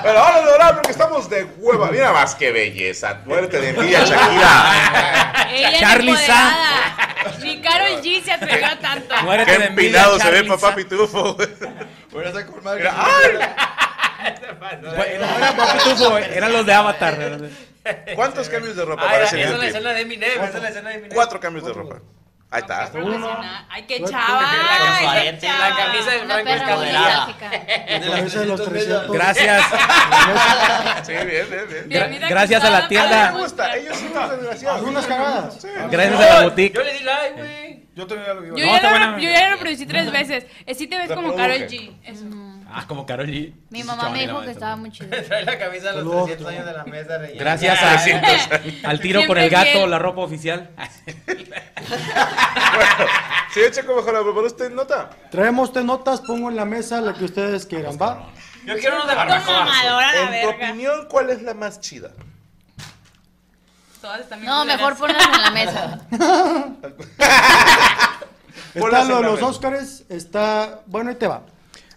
Speaker 1: Pero ahora lo hará porque estamos de hueva. Mira más que belleza. Muerte de envidia, Shakira.
Speaker 10: Ella
Speaker 1: Charly
Speaker 10: Charlie Sa. Ni Carol G se atrevió a tanto.
Speaker 1: Qué empinado se ve papá pitufo.
Speaker 8: Bueno, está con madre.
Speaker 1: Mira,
Speaker 9: Güey, no era Papi Tufo, güey, eran los de Avatar. güey.
Speaker 1: ¿Cuántos cambios de ropa
Speaker 9: Ah,
Speaker 1: aparecen
Speaker 9: era-
Speaker 1: en
Speaker 9: esa es la escena
Speaker 1: el clip?
Speaker 9: de Eminem, esa es la escena de Eminem.
Speaker 1: Cuatro cambios de ropa. Ahí está.
Speaker 10: Ay, qué
Speaker 1: Suerte.
Speaker 10: chava.
Speaker 1: Con su
Speaker 10: ay,
Speaker 1: arete.
Speaker 10: qué chava.
Speaker 12: La camisa de
Speaker 10: Una
Speaker 12: Franco
Speaker 10: perra muy
Speaker 12: Escandinava.
Speaker 10: gráfica.
Speaker 3: Ah, Con ese de los 300.
Speaker 9: Gracias.
Speaker 1: Sí, bien, bien, bien.
Speaker 9: Gra- gracias a la
Speaker 1: A mí me
Speaker 9: tienda.
Speaker 1: gusta. Ellos son unos desgraciados.
Speaker 3: Algunas cagadas.
Speaker 9: Gracias a la boutique.
Speaker 12: Yo le di like,
Speaker 3: Eh.
Speaker 12: güey.
Speaker 13: Yo también lo vi.
Speaker 10: Yo,
Speaker 9: No,
Speaker 10: ya
Speaker 9: está
Speaker 10: lo,
Speaker 9: buena.
Speaker 10: yo ya lo producí tres veces. Eh, sí te ves como
Speaker 9: Reproduje.
Speaker 10: Carol G. Eso.
Speaker 9: Ah, como Carol G.
Speaker 4: Mi
Speaker 9: Sí,
Speaker 4: mamá
Speaker 9: chaval,
Speaker 4: me dijo
Speaker 9: era
Speaker 4: que estaba muy chido.
Speaker 12: Trae la camisa a los 300 años de la mesa, rey.
Speaker 9: Gracias a- al tiro con el
Speaker 12: Siempre
Speaker 9: gato,
Speaker 12: fiel.
Speaker 9: la ropa oficial.
Speaker 1: Sí, echa como ojalá, pero usted nota.
Speaker 3: Traemos tres notas, pongo en la mesa la que ustedes quieran, ¿va?
Speaker 12: Yo quiero uno de
Speaker 4: barbacoa. mamadora, la
Speaker 1: En tu opinión, ¿cuál es la más chida?
Speaker 10: Todas están bien
Speaker 4: No,
Speaker 10: culeras.
Speaker 4: mejor ponlas en la mesa.
Speaker 3: Está
Speaker 1: Ponlas
Speaker 3: lo
Speaker 1: en
Speaker 3: de
Speaker 1: la
Speaker 3: los
Speaker 1: mesa.
Speaker 3: Oscars, está. Bueno, ahí te va.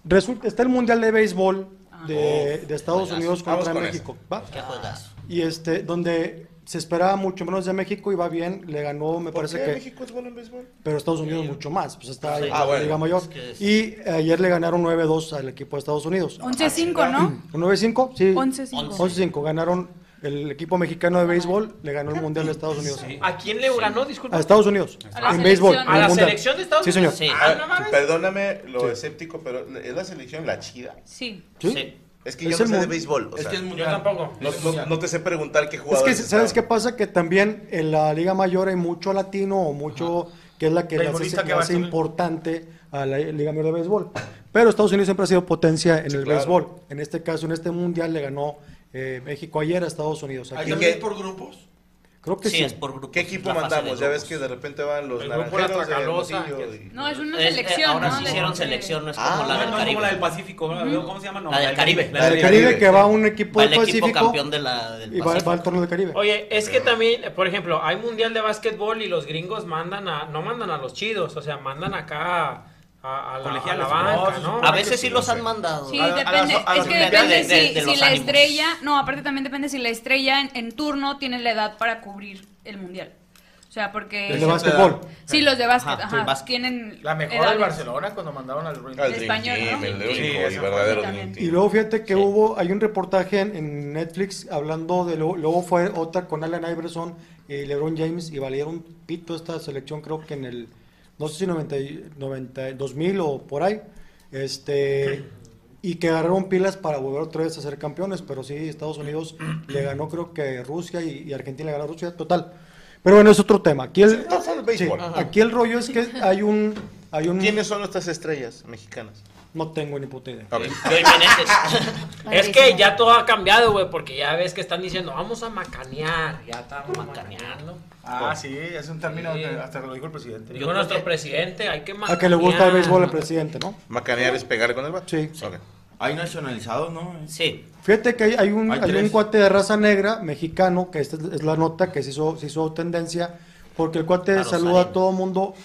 Speaker 3: Resulta, está el Mundial de Béisbol de, de Estados Unidos
Speaker 1: Ah, Vamos
Speaker 3: contra
Speaker 1: con
Speaker 3: México. ¿va?
Speaker 11: ¿Qué juegas?
Speaker 3: Y este, donde se esperaba mucho menos de México, iba bien, le ganó, me
Speaker 1: ¿Por
Speaker 3: parece
Speaker 1: qué
Speaker 3: que.
Speaker 1: México es bueno en béisbol?
Speaker 3: Pero Estados Unidos mucho más, pues está ahí
Speaker 1: Sí.
Speaker 3: en
Speaker 1: Ah,
Speaker 3: la
Speaker 1: bueno,
Speaker 3: Liga Mayor.
Speaker 1: es que es-
Speaker 3: Y ayer le ganaron 9-2 al equipo de Estados Unidos.
Speaker 10: 11-5, ¿no?
Speaker 3: 9-5, sí.
Speaker 10: 11-5.
Speaker 3: 11-5. Ganaron el equipo mexicano de béisbol, le ganó el Mundial de Estados Unidos.
Speaker 12: ¿A quién le ganó? Disculpa.
Speaker 3: A Estados Unidos.
Speaker 12: A la
Speaker 3: en béisbol.
Speaker 12: selección.
Speaker 3: Ah, en
Speaker 12: ¿A
Speaker 3: el
Speaker 12: la
Speaker 3: mundial.
Speaker 12: selección de Estados
Speaker 3: sí, señor.
Speaker 12: Unidos? Sí.
Speaker 1: Ah,
Speaker 12: Ah, no mames.
Speaker 1: perdóname lo
Speaker 3: Sí.
Speaker 1: escéptico, pero ¿es la selección la chida?
Speaker 10: Sí.
Speaker 3: Sí.
Speaker 1: Es que
Speaker 3: Es
Speaker 1: yo
Speaker 3: el
Speaker 1: no sé de
Speaker 3: mun-
Speaker 1: béisbol. o
Speaker 3: es
Speaker 1: sea,
Speaker 3: que es
Speaker 1: yo tampoco. No, no- no te sé preguntar qué
Speaker 3: Es
Speaker 1: jugadores
Speaker 3: que, ¿sabes
Speaker 1: estaban.
Speaker 3: qué pasa? Que también en la Liga Mayor hay mucho latino o mucho que es la que le hace,
Speaker 13: Beisbolista que
Speaker 3: le hace
Speaker 13: va a-
Speaker 3: importante a la Liga Mayor de Béisbol. Pero Estados Unidos siempre ha sido potencia en el
Speaker 1: claro.
Speaker 3: béisbol. En este caso, en este mundial le ganó eh, México ayer a Estados Unidos. Aquí-
Speaker 1: también
Speaker 8: por grupos?
Speaker 3: creo que sí.
Speaker 1: ¿Qué equipo
Speaker 3: la fase
Speaker 1: mandamos?
Speaker 3: de
Speaker 1: Ya ves que de repente van los
Speaker 12: El grupo La
Speaker 1: naranjeros de
Speaker 12: Tracalosa,
Speaker 1: Hermosillo y-
Speaker 10: No, es una
Speaker 11: Es- eh,
Speaker 10: selección,
Speaker 11: ahora
Speaker 10: ¿no?
Speaker 11: sí
Speaker 10: De-
Speaker 11: hicieron selección, no es como
Speaker 9: Ah,
Speaker 11: la del
Speaker 9: no,
Speaker 11: Caribe.
Speaker 9: como la del Pacífico. ¿no? ¿Cómo se llama? No,
Speaker 11: La del Caribe.
Speaker 3: La del Caribe que va un equipo
Speaker 11: Va
Speaker 3: del
Speaker 11: el equipo
Speaker 3: Pacífico
Speaker 11: campeón de la- del
Speaker 3: y va,
Speaker 11: Pacífico.
Speaker 3: va al torneo del Caribe.
Speaker 12: Oye, es que también, eh, por ejemplo, hay mundial de básquetbol y los gringos mandan a, no mandan a los chidos, o sea, mandan acá a, a- a la, a la banca, ¿no?
Speaker 11: A veces sí los han mandado.
Speaker 10: Sí,
Speaker 11: A- a las-
Speaker 10: depende.
Speaker 11: a
Speaker 10: es
Speaker 11: las
Speaker 10: que
Speaker 11: mundiales
Speaker 10: depende
Speaker 11: de- de-
Speaker 10: si,
Speaker 11: de
Speaker 10: si
Speaker 11: los
Speaker 10: la
Speaker 11: ánimos.
Speaker 10: estrella. No, aparte también depende si la estrella en, en turno tiene la edad para cubrir el mundial. O sea, porque.
Speaker 3: El de básquetbol.
Speaker 10: Sí, los de básquet.
Speaker 11: Ajá,
Speaker 10: Ajá,
Speaker 11: el básquet.
Speaker 10: Tienen.
Speaker 7: La mejor
Speaker 10: edades.
Speaker 7: del Barcelona cuando mandaron al Dream
Speaker 1: Ah, el Dream
Speaker 10: Español,
Speaker 1: Team,
Speaker 10: ¿no?
Speaker 1: el
Speaker 10: Sí,
Speaker 1: único y
Speaker 10: esa
Speaker 1: verdadero
Speaker 10: fue
Speaker 1: Dream
Speaker 3: Y
Speaker 1: Team.
Speaker 3: luego fíjate que hubo, hay un reportaje en, en Netflix hablando de lo, luego fue otra con Allen Iverson y LeBron James y valieron pito esta selección creo que en el, no sé si 90, y- 90 2000 o por ahí, este, y que agarraron pilas para volver otra vez a ser campeones, pero sí, Estados Unidos le ganó creo que Rusia y, y Argentina le ganó a Rusia, total. Pero bueno, es otro tema. Aquí el, sí, aquí el rollo es que hay un... Hay un
Speaker 1: ¿Quiénes son nuestras estrellas mexicanas?
Speaker 3: no tengo ni puta idea.
Speaker 12: Es que ya todo ha cambiado, güey, porque ya ves que están diciendo, vamos a macanear, ya estamos macaneando.
Speaker 13: Ah, sí, es un término que hasta lo dijo el presidente.
Speaker 12: Dijo nuestro presidente, hay que
Speaker 3: A
Speaker 12: macanear.
Speaker 3: que le gusta el béisbol al presidente, ¿no?
Speaker 1: Macanear es pegar con el bat.
Speaker 3: Sí.
Speaker 8: Hay nacionalizados, ¿no?
Speaker 11: Sí.
Speaker 3: Fíjate que hay, hay un,
Speaker 8: Hay
Speaker 3: hay un
Speaker 8: tres.
Speaker 3: cuate de raza negra mexicano, que esta es- es la nota que se hizo, se hizo tendencia, porque el cuate saluda a todo mundo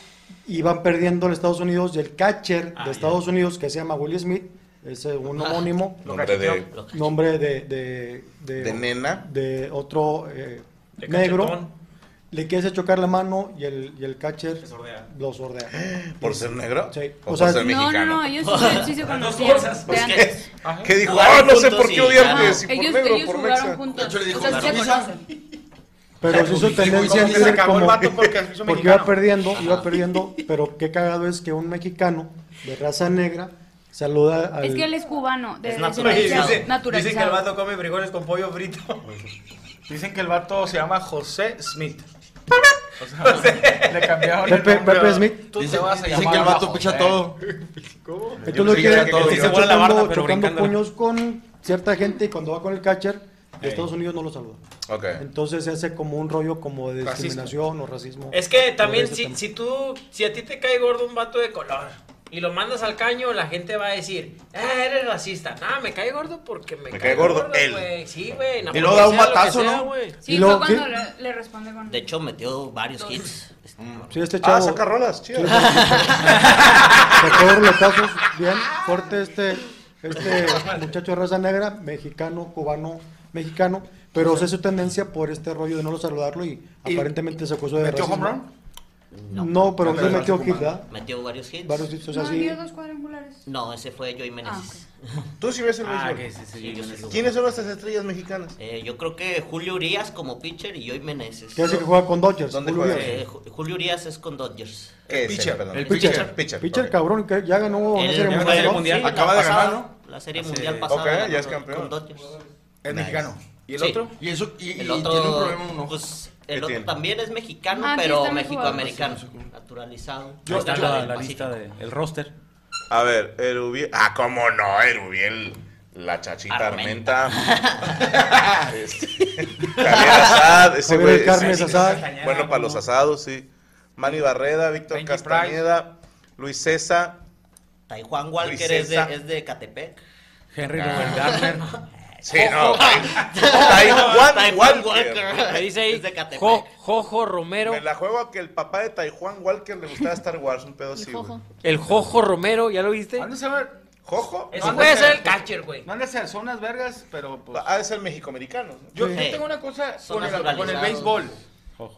Speaker 3: y van perdiendo en Estados Unidos. Y el catcher
Speaker 1: Ah,
Speaker 3: de Estados Unidos, que se llama Will Smith, es eh, un homónimo,
Speaker 1: Nombre de...
Speaker 3: nombre de, de, de,
Speaker 1: De nena.
Speaker 3: de otro eh,
Speaker 1: De
Speaker 3: negro,
Speaker 1: cachetón.
Speaker 3: le quieres chocar la mano y el, y el catcher los ordea.
Speaker 1: ¿Por ser negro?
Speaker 3: Sí.
Speaker 1: ¿O,
Speaker 3: O
Speaker 1: por
Speaker 3: sea,
Speaker 1: ser
Speaker 3: no, no,
Speaker 1: mexicano?
Speaker 10: no, ellos sí- sí se conocían.
Speaker 1: Pues,
Speaker 10: De
Speaker 1: ¿qué?
Speaker 10: antes.
Speaker 1: Ajá. ¿Qué dijo?
Speaker 3: Jugaron
Speaker 1: Ah, no sé
Speaker 3: juntos
Speaker 1: por qué
Speaker 3: y-
Speaker 1: odiarte.
Speaker 3: Ajá.
Speaker 1: si por
Speaker 10: Ellos,
Speaker 1: negro,
Speaker 10: ellos
Speaker 1: por
Speaker 10: jugaron
Speaker 1: mexa.
Speaker 10: juntos.
Speaker 1: Yo le digo,
Speaker 10: o sea, sí se
Speaker 1: "Garniza".
Speaker 10: conocen.
Speaker 3: Pero si su
Speaker 1: Como que
Speaker 3: tendencia
Speaker 1: se
Speaker 3: líder
Speaker 1: acabó el
Speaker 3: como-
Speaker 1: vato porque se hizo
Speaker 3: porque
Speaker 1: mexicano.
Speaker 3: iba perdiendo, iba perdiendo, pero qué cagado es que un mexicano de raza negra saluda al
Speaker 10: Es que él es cubano. De,
Speaker 3: Es
Speaker 10: de
Speaker 3: naturalizado.
Speaker 10: descendencia naturalizado.
Speaker 6: Dicen que el vato come frijoles con pollo frito. Dicen que el vato se llama José Smith. O sea, le cambiaron el
Speaker 3: Pepe,
Speaker 6: nombre.
Speaker 3: Pepe Smith.
Speaker 6: Tú te
Speaker 8: Dicen-
Speaker 6: vas a
Speaker 8: dicen
Speaker 6: llamar
Speaker 8: que el vato
Speaker 6: José.
Speaker 8: picha todo.
Speaker 6: ¿Cómo?
Speaker 3: Entonces lo
Speaker 8: Sí,
Speaker 3: que
Speaker 8: que- que
Speaker 3: está
Speaker 8: se vuela la
Speaker 3: chocando,
Speaker 8: barda, pero
Speaker 3: chocando
Speaker 8: brincándola.
Speaker 3: puños con cierta gente y cuando va con el catcher, de
Speaker 12: Ey.
Speaker 3: Estados Unidos no lo saluda.
Speaker 1: Ok.
Speaker 3: Entonces se hace como un rollo como de
Speaker 12: Racismo.
Speaker 3: discriminación o racismo.
Speaker 12: Es que también
Speaker 3: Sobre ese
Speaker 12: si,
Speaker 3: tema.
Speaker 12: si tú, si a ti te cae gordo un vato de color y lo mandas al caño, la gente va a decir, ah, eres racista. Nah, me cae gordo porque me,
Speaker 1: Me cae gordo él.
Speaker 12: güey. Sí, güey. no,
Speaker 1: Y luego da un
Speaker 12: sea lo que
Speaker 1: batazo,
Speaker 12: sea,
Speaker 1: ¿no?
Speaker 12: güey.
Speaker 10: Sí, fue
Speaker 1: Y luego,
Speaker 10: cuando
Speaker 1: ¿qué?
Speaker 10: le, le responde con.
Speaker 11: De hecho, metió varios hits.
Speaker 8: Mm.
Speaker 3: Sí, este chavo.
Speaker 1: Ah, saca rolas, chido.
Speaker 3: Sí, Sacó rolotazos bien fuerte este, este muchacho de raza negra, mexicano, cubano, mexicano, pero sé su tendencia por este rollo de no saludarlo y,
Speaker 11: ¿Y
Speaker 3: aparentemente se acusó de
Speaker 11: metió
Speaker 3: racismo.
Speaker 11: home
Speaker 3: No, pero sí metió hit, ¿verdad?
Speaker 11: Metió varios hits.
Speaker 3: Varios hits, o sea,
Speaker 10: No,
Speaker 3: sí.
Speaker 10: dio dos cuadrangulares. Ah,
Speaker 11: No, ese fue Joey Meneses.
Speaker 1: Tú sí ves el
Speaker 11: Ah,
Speaker 1: béisbol.
Speaker 11: que sí, sí,
Speaker 1: Sí,
Speaker 11: yo
Speaker 1: yo
Speaker 11: sí
Speaker 1: sí.
Speaker 11: lo
Speaker 1: ¿Quiénes son nuestras estrellas mexicanas?
Speaker 11: Eh, yo creo que Julio Urias como pitcher y Joey Meneses.
Speaker 3: Que hace que juega con Dodgers.
Speaker 1: ¿Dónde
Speaker 3: Julio
Speaker 1: juega?
Speaker 3: Urias.
Speaker 11: Eh, Ju- Julio Urias es con Dodgers.
Speaker 1: ¿Qué es el- Pitcher, perdón?
Speaker 3: El
Speaker 1: El
Speaker 3: pitcher.
Speaker 1: pitcher,
Speaker 3: Pitcher,
Speaker 1: pitcher, ok.
Speaker 3: cabrón, que ya ganó
Speaker 11: Él
Speaker 3: una serie
Speaker 11: ganó la
Speaker 3: mundial.
Speaker 11: Serie
Speaker 3: ¿no?
Speaker 11: Mundial. Sí,
Speaker 1: Acaba de ganar, ¿no?
Speaker 11: La serie
Speaker 1: Sí.
Speaker 11: mundial
Speaker 1: Ok,
Speaker 11: pasada.
Speaker 1: ya
Speaker 11: ganó
Speaker 1: es
Speaker 11: con-
Speaker 1: campeón.
Speaker 11: Con Dodgers.
Speaker 8: Es mexicano. ¿Y el
Speaker 11: Sí.
Speaker 8: otro? Y eso- y-
Speaker 11: el
Speaker 8: y
Speaker 11: otro,
Speaker 8: tiene un problema en un ojo.
Speaker 11: pues,
Speaker 8: ¿Qué
Speaker 11: el otro
Speaker 8: tiene?
Speaker 11: también es mexicano,
Speaker 10: Ah, sí,
Speaker 11: pero
Speaker 10: está
Speaker 11: mexicoamericano.
Speaker 10: mejor.
Speaker 11: Naturalizado.
Speaker 9: Yo-
Speaker 11: Está
Speaker 9: yo-
Speaker 11: la
Speaker 9: la-
Speaker 11: del
Speaker 9: la
Speaker 11: Pacífico.
Speaker 9: lista de- el roster.
Speaker 1: A ver, Erubiel. Ah, cómo no, Erubiel. La chachita Armenta. Este, Javier Asad. Ese
Speaker 3: Javier
Speaker 1: güey.
Speaker 3: del Carmen
Speaker 1: ese-
Speaker 3: Asad.
Speaker 1: Bueno, para los asados, sí. Manny Barreda, Víctor Castañeda, Luis César.
Speaker 11: Tai Juan Walker
Speaker 1: Luis
Speaker 11: es de,
Speaker 1: César.
Speaker 11: es de Catepec.
Speaker 9: Henry
Speaker 1: Ah.
Speaker 9: Robert Gardner.
Speaker 1: Sí, no. Tai
Speaker 11: Tai
Speaker 1: Juan
Speaker 11: Juan
Speaker 1: Ah, Walker.
Speaker 11: Walker.
Speaker 12: Ahí dice ahí,
Speaker 11: Es de Catepec.
Speaker 12: Jo- Jojo Romero.
Speaker 1: Me la juego a que el papá de Tai Juan Walker le gustaba Star Wars, un pedo así, güey.
Speaker 12: El Jojo Romero, ¿ya lo viste?
Speaker 1: ¿Jojo?
Speaker 12: Ese puede ser el catcher, güey.
Speaker 13: No han de ser, son unas vergas, pero pues.
Speaker 8: Ah,
Speaker 1: Ha de ser Ah, mexicoamericano. ¿no?
Speaker 5: Yo, yo
Speaker 1: Sí.
Speaker 5: tengo una cosa
Speaker 11: Son
Speaker 5: con el, con el
Speaker 11: naturalizados.
Speaker 5: béisbol.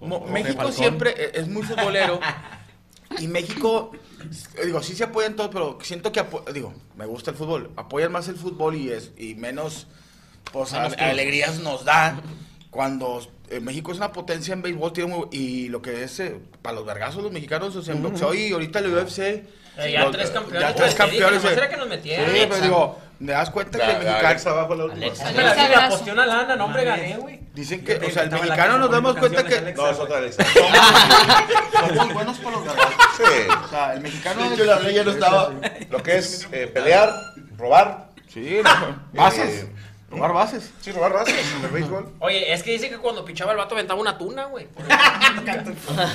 Speaker 5: Mo-
Speaker 1: Jorge
Speaker 5: México
Speaker 1: Falcón.
Speaker 5: siempre e- es muy futbolero. y México, eh, digo, sí se apoyan todos, pero siento que, apo- digo, me gusta el fútbol. Apoyan más el fútbol y, es, y menos, pues, a-
Speaker 11: Menos que-
Speaker 5: alegrías nos dan. Cuando eh, México es una potencia en béisbol, tiene muy- y lo que es eh, para los vergazos los mexicanos, o sea, en boxeo y ahorita el UFC.
Speaker 12: Eh, ya
Speaker 5: los-
Speaker 12: tres campeones,
Speaker 5: Ya tres
Speaker 12: te dije,
Speaker 5: campeones.
Speaker 12: nomás
Speaker 5: eh.
Speaker 12: era que nos metieran.
Speaker 5: Sí, pero
Speaker 12: Alexa.
Speaker 5: digo, me das cuenta que el mexicano.
Speaker 1: abajo la última.
Speaker 12: Me la, me la aposté una lana, no, hombre,
Speaker 5: Mames.
Speaker 12: gané, güey.
Speaker 5: Dicen que,
Speaker 12: te
Speaker 5: o sea,
Speaker 12: invitaba a
Speaker 5: el
Speaker 12: la
Speaker 5: mexicano
Speaker 12: casa
Speaker 5: nos damos
Speaker 12: poniendo
Speaker 5: cuenta que.
Speaker 12: canciones,
Speaker 1: No, es otra Alexa.
Speaker 5: Somos buenos por los garbanzos.
Speaker 1: Sí.
Speaker 5: O sea, el mexicano.
Speaker 8: Sí, yo la hablé, ya no estaba.
Speaker 1: Lo que es eh, pelear, robar. eh,
Speaker 5: Sí, bases. Robar bases.
Speaker 1: Sí, robar bases en el béisbol.
Speaker 12: Oye, es que dice que cuando pichaba el vato aventaba una tuna, güey.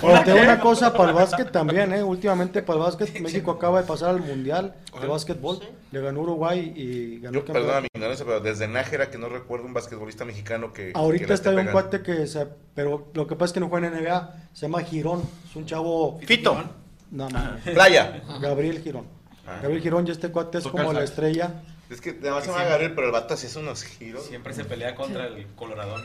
Speaker 3: Pero tengo una cosa para el básquet también, ¿eh? Últimamente para el básquet, México acaba de pasar al mundial de básquetbol. Le ganó Uruguay y ganó
Speaker 1: Perdona
Speaker 3: el campeonato.
Speaker 1: mi ignorancia, pero desde Nájera que no recuerdo un basquetbolista mexicano que. que
Speaker 3: Ahorita
Speaker 1: le
Speaker 3: está
Speaker 1: esté
Speaker 3: un
Speaker 1: pegando.
Speaker 3: cuate que se. Pero lo que pasa es que no juega en NBA. Se llama Girón. Es un chavo.
Speaker 1: Fito.
Speaker 3: No, no.
Speaker 1: Playa.
Speaker 3: Gabriel Girón.
Speaker 1: Ah.
Speaker 3: Gabriel Girón, ya este cuate es
Speaker 1: Toca
Speaker 3: como
Speaker 1: el
Speaker 3: la
Speaker 1: sax.
Speaker 3: estrella.
Speaker 1: Es que además se va a agarrar, pero el vato se hace unos giros.
Speaker 14: Siempre se pelea contra el coloradón.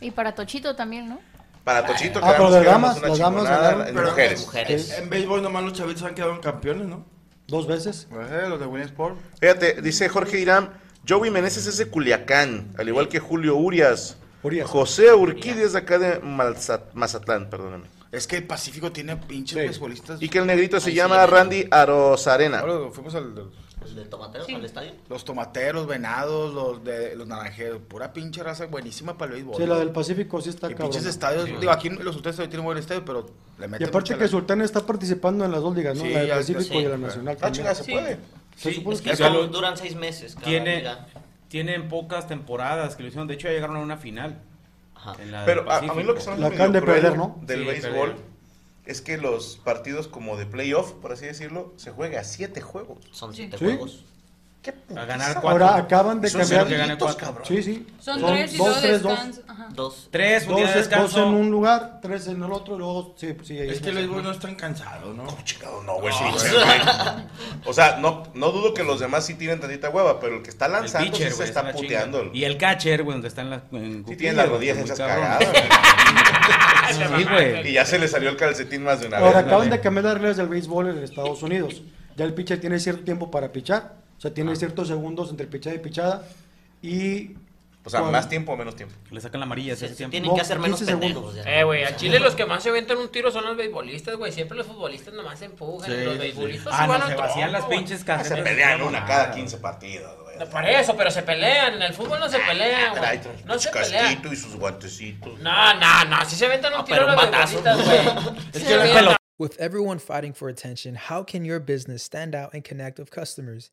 Speaker 4: Y para Tochito también, ¿no?
Speaker 1: Para Tochito,
Speaker 3: Ah, pero
Speaker 1: quedamos
Speaker 3: las
Speaker 1: que éramos
Speaker 3: damas,
Speaker 1: una
Speaker 3: las damas
Speaker 1: chingonada,
Speaker 3: ganaron.
Speaker 1: en
Speaker 3: Pero
Speaker 1: mujeres.
Speaker 8: En béisbol nomás los chavitos han quedado en campeones, ¿no?
Speaker 3: eh, Dos veces.
Speaker 5: los de Winsport.
Speaker 1: Fíjate, dice Jorge Irán, Joey Meneses es de Culiacán, al igual que Julio Urias. José Urquidi es de acá de Malza- Mazatlán, perdóname.
Speaker 5: Es que el Pacífico tiene pinches beisbolistas.
Speaker 1: Y que el negrito se llama Randy Arozarena.
Speaker 5: Ahora fuimos al.
Speaker 11: ¿El de Tomateros al estadio?
Speaker 5: Los tomateros, venados, los de los naranjeros, pura pinche raza buenísima para el béisbol.
Speaker 3: Sí, la del Pacífico sí está
Speaker 5: Y
Speaker 3: cabrón.
Speaker 5: pinches estadios, digo, aquí los ustedes todavía tienen buen estadio, pero le
Speaker 3: Y
Speaker 5: meten
Speaker 3: aparte
Speaker 5: mucha
Speaker 3: que
Speaker 5: lana.
Speaker 3: Sultana está participando en las dos ligas, ¿no?
Speaker 5: Sí,
Speaker 3: la del
Speaker 5: ya- ya
Speaker 3: Pacífico
Speaker 5: sí.
Speaker 3: y la Nacional.
Speaker 5: Ah,
Speaker 3: también.
Speaker 5: chinga, se Sí. puede.
Speaker 3: Se supone
Speaker 11: es que
Speaker 3: que-
Speaker 11: solo duran seis meses cada
Speaker 14: Tiene,
Speaker 11: liga.
Speaker 14: tienen pocas temporadas que lo hicieron. De hecho, ya llegaron a una final. en la del
Speaker 1: Pero ah, a, a mí
Speaker 14: Pacífico.
Speaker 1: lo que se me hace medio cruel del béisbol es que los partidos como de playoff, por así decirlo, se juega a siete juegos.
Speaker 11: Son
Speaker 1: siete
Speaker 3: Sí. juegos.
Speaker 14: A ganar cuatro.
Speaker 3: Ahora acaban de
Speaker 14: Eso es
Speaker 3: cambiar.
Speaker 14: lo que gané cuatro.
Speaker 3: Sí, sí.
Speaker 10: Son tres y luego
Speaker 3: dos.
Speaker 10: descanso, ajá.
Speaker 11: Dos.
Speaker 14: Tres, un día de
Speaker 3: Dos-
Speaker 14: descanso.
Speaker 3: Dos en un lugar, tres en el otro, y luego sí, pues, sí. ahí
Speaker 14: Es que
Speaker 3: no
Speaker 14: los
Speaker 3: sé.
Speaker 14: güeyes no están cansados, ¿no?
Speaker 1: No, güey, sí, güey. O sea, no, no dudo que los demás sí tienen tantita hueva, pero el que está
Speaker 14: El
Speaker 1: lanzando
Speaker 14: pitcher,
Speaker 1: sí se
Speaker 14: güey,
Speaker 1: está
Speaker 14: una chinga.
Speaker 1: puteando.
Speaker 14: Y el catcher, güey, donde están las. en
Speaker 1: Sí
Speaker 14: cuclillas,
Speaker 1: tienen las
Speaker 14: güey,
Speaker 1: rodillas
Speaker 14: muy
Speaker 1: esas
Speaker 14: cabrón.
Speaker 1: cagadas. güey.
Speaker 14: Sí, güey.
Speaker 1: Y ya se le salió el calcetín más de una
Speaker 3: Ahora
Speaker 1: vez.
Speaker 3: acaban de cambiar las reglas del béisbol en Estados Unidos. Ya el pitcher tiene cierto tiempo para pichar, o sea, tiene ciertos segundos entre pichada y pichada. Y.
Speaker 1: O sea,
Speaker 3: cuando-
Speaker 1: más tiempo o menos tiempo.
Speaker 14: Le sacan la amarilla Ah, ese tiempo.
Speaker 3: tienen que hacer menos 15 pendejos, segundos.
Speaker 12: Eh, güey, a Chile los que más se aventan un tiro son los beisbolistas, güey. Siempre los futbolistas nomás se empujan.
Speaker 14: Sí,
Speaker 12: los
Speaker 14: sí.
Speaker 12: beisbolistas
Speaker 14: Ah,
Speaker 12: igual
Speaker 14: no,
Speaker 12: al
Speaker 14: se vacían
Speaker 12: tronco,
Speaker 14: las
Speaker 12: güey.
Speaker 14: pinches Ah,
Speaker 1: Ah,
Speaker 14: carreras.
Speaker 1: Se pelean una cada 15 partidos, güey.
Speaker 12: No, por eso, pero se pelean. En el fútbol no se
Speaker 14: Ah,
Speaker 12: pelean, güey.
Speaker 1: Trae su
Speaker 12: No se pelean.
Speaker 1: casquito y sus guantecitos.
Speaker 12: No, no, no. Sí se aventan un tiro
Speaker 1: pero un
Speaker 12: los
Speaker 1: batazo.
Speaker 12: beisbolistas, güey.
Speaker 1: Es
Speaker 12: Sí
Speaker 1: que
Speaker 12: se
Speaker 1: la
Speaker 12: avientan.
Speaker 15: With everyone fighting for attention, how can your business stand out and connect with customers?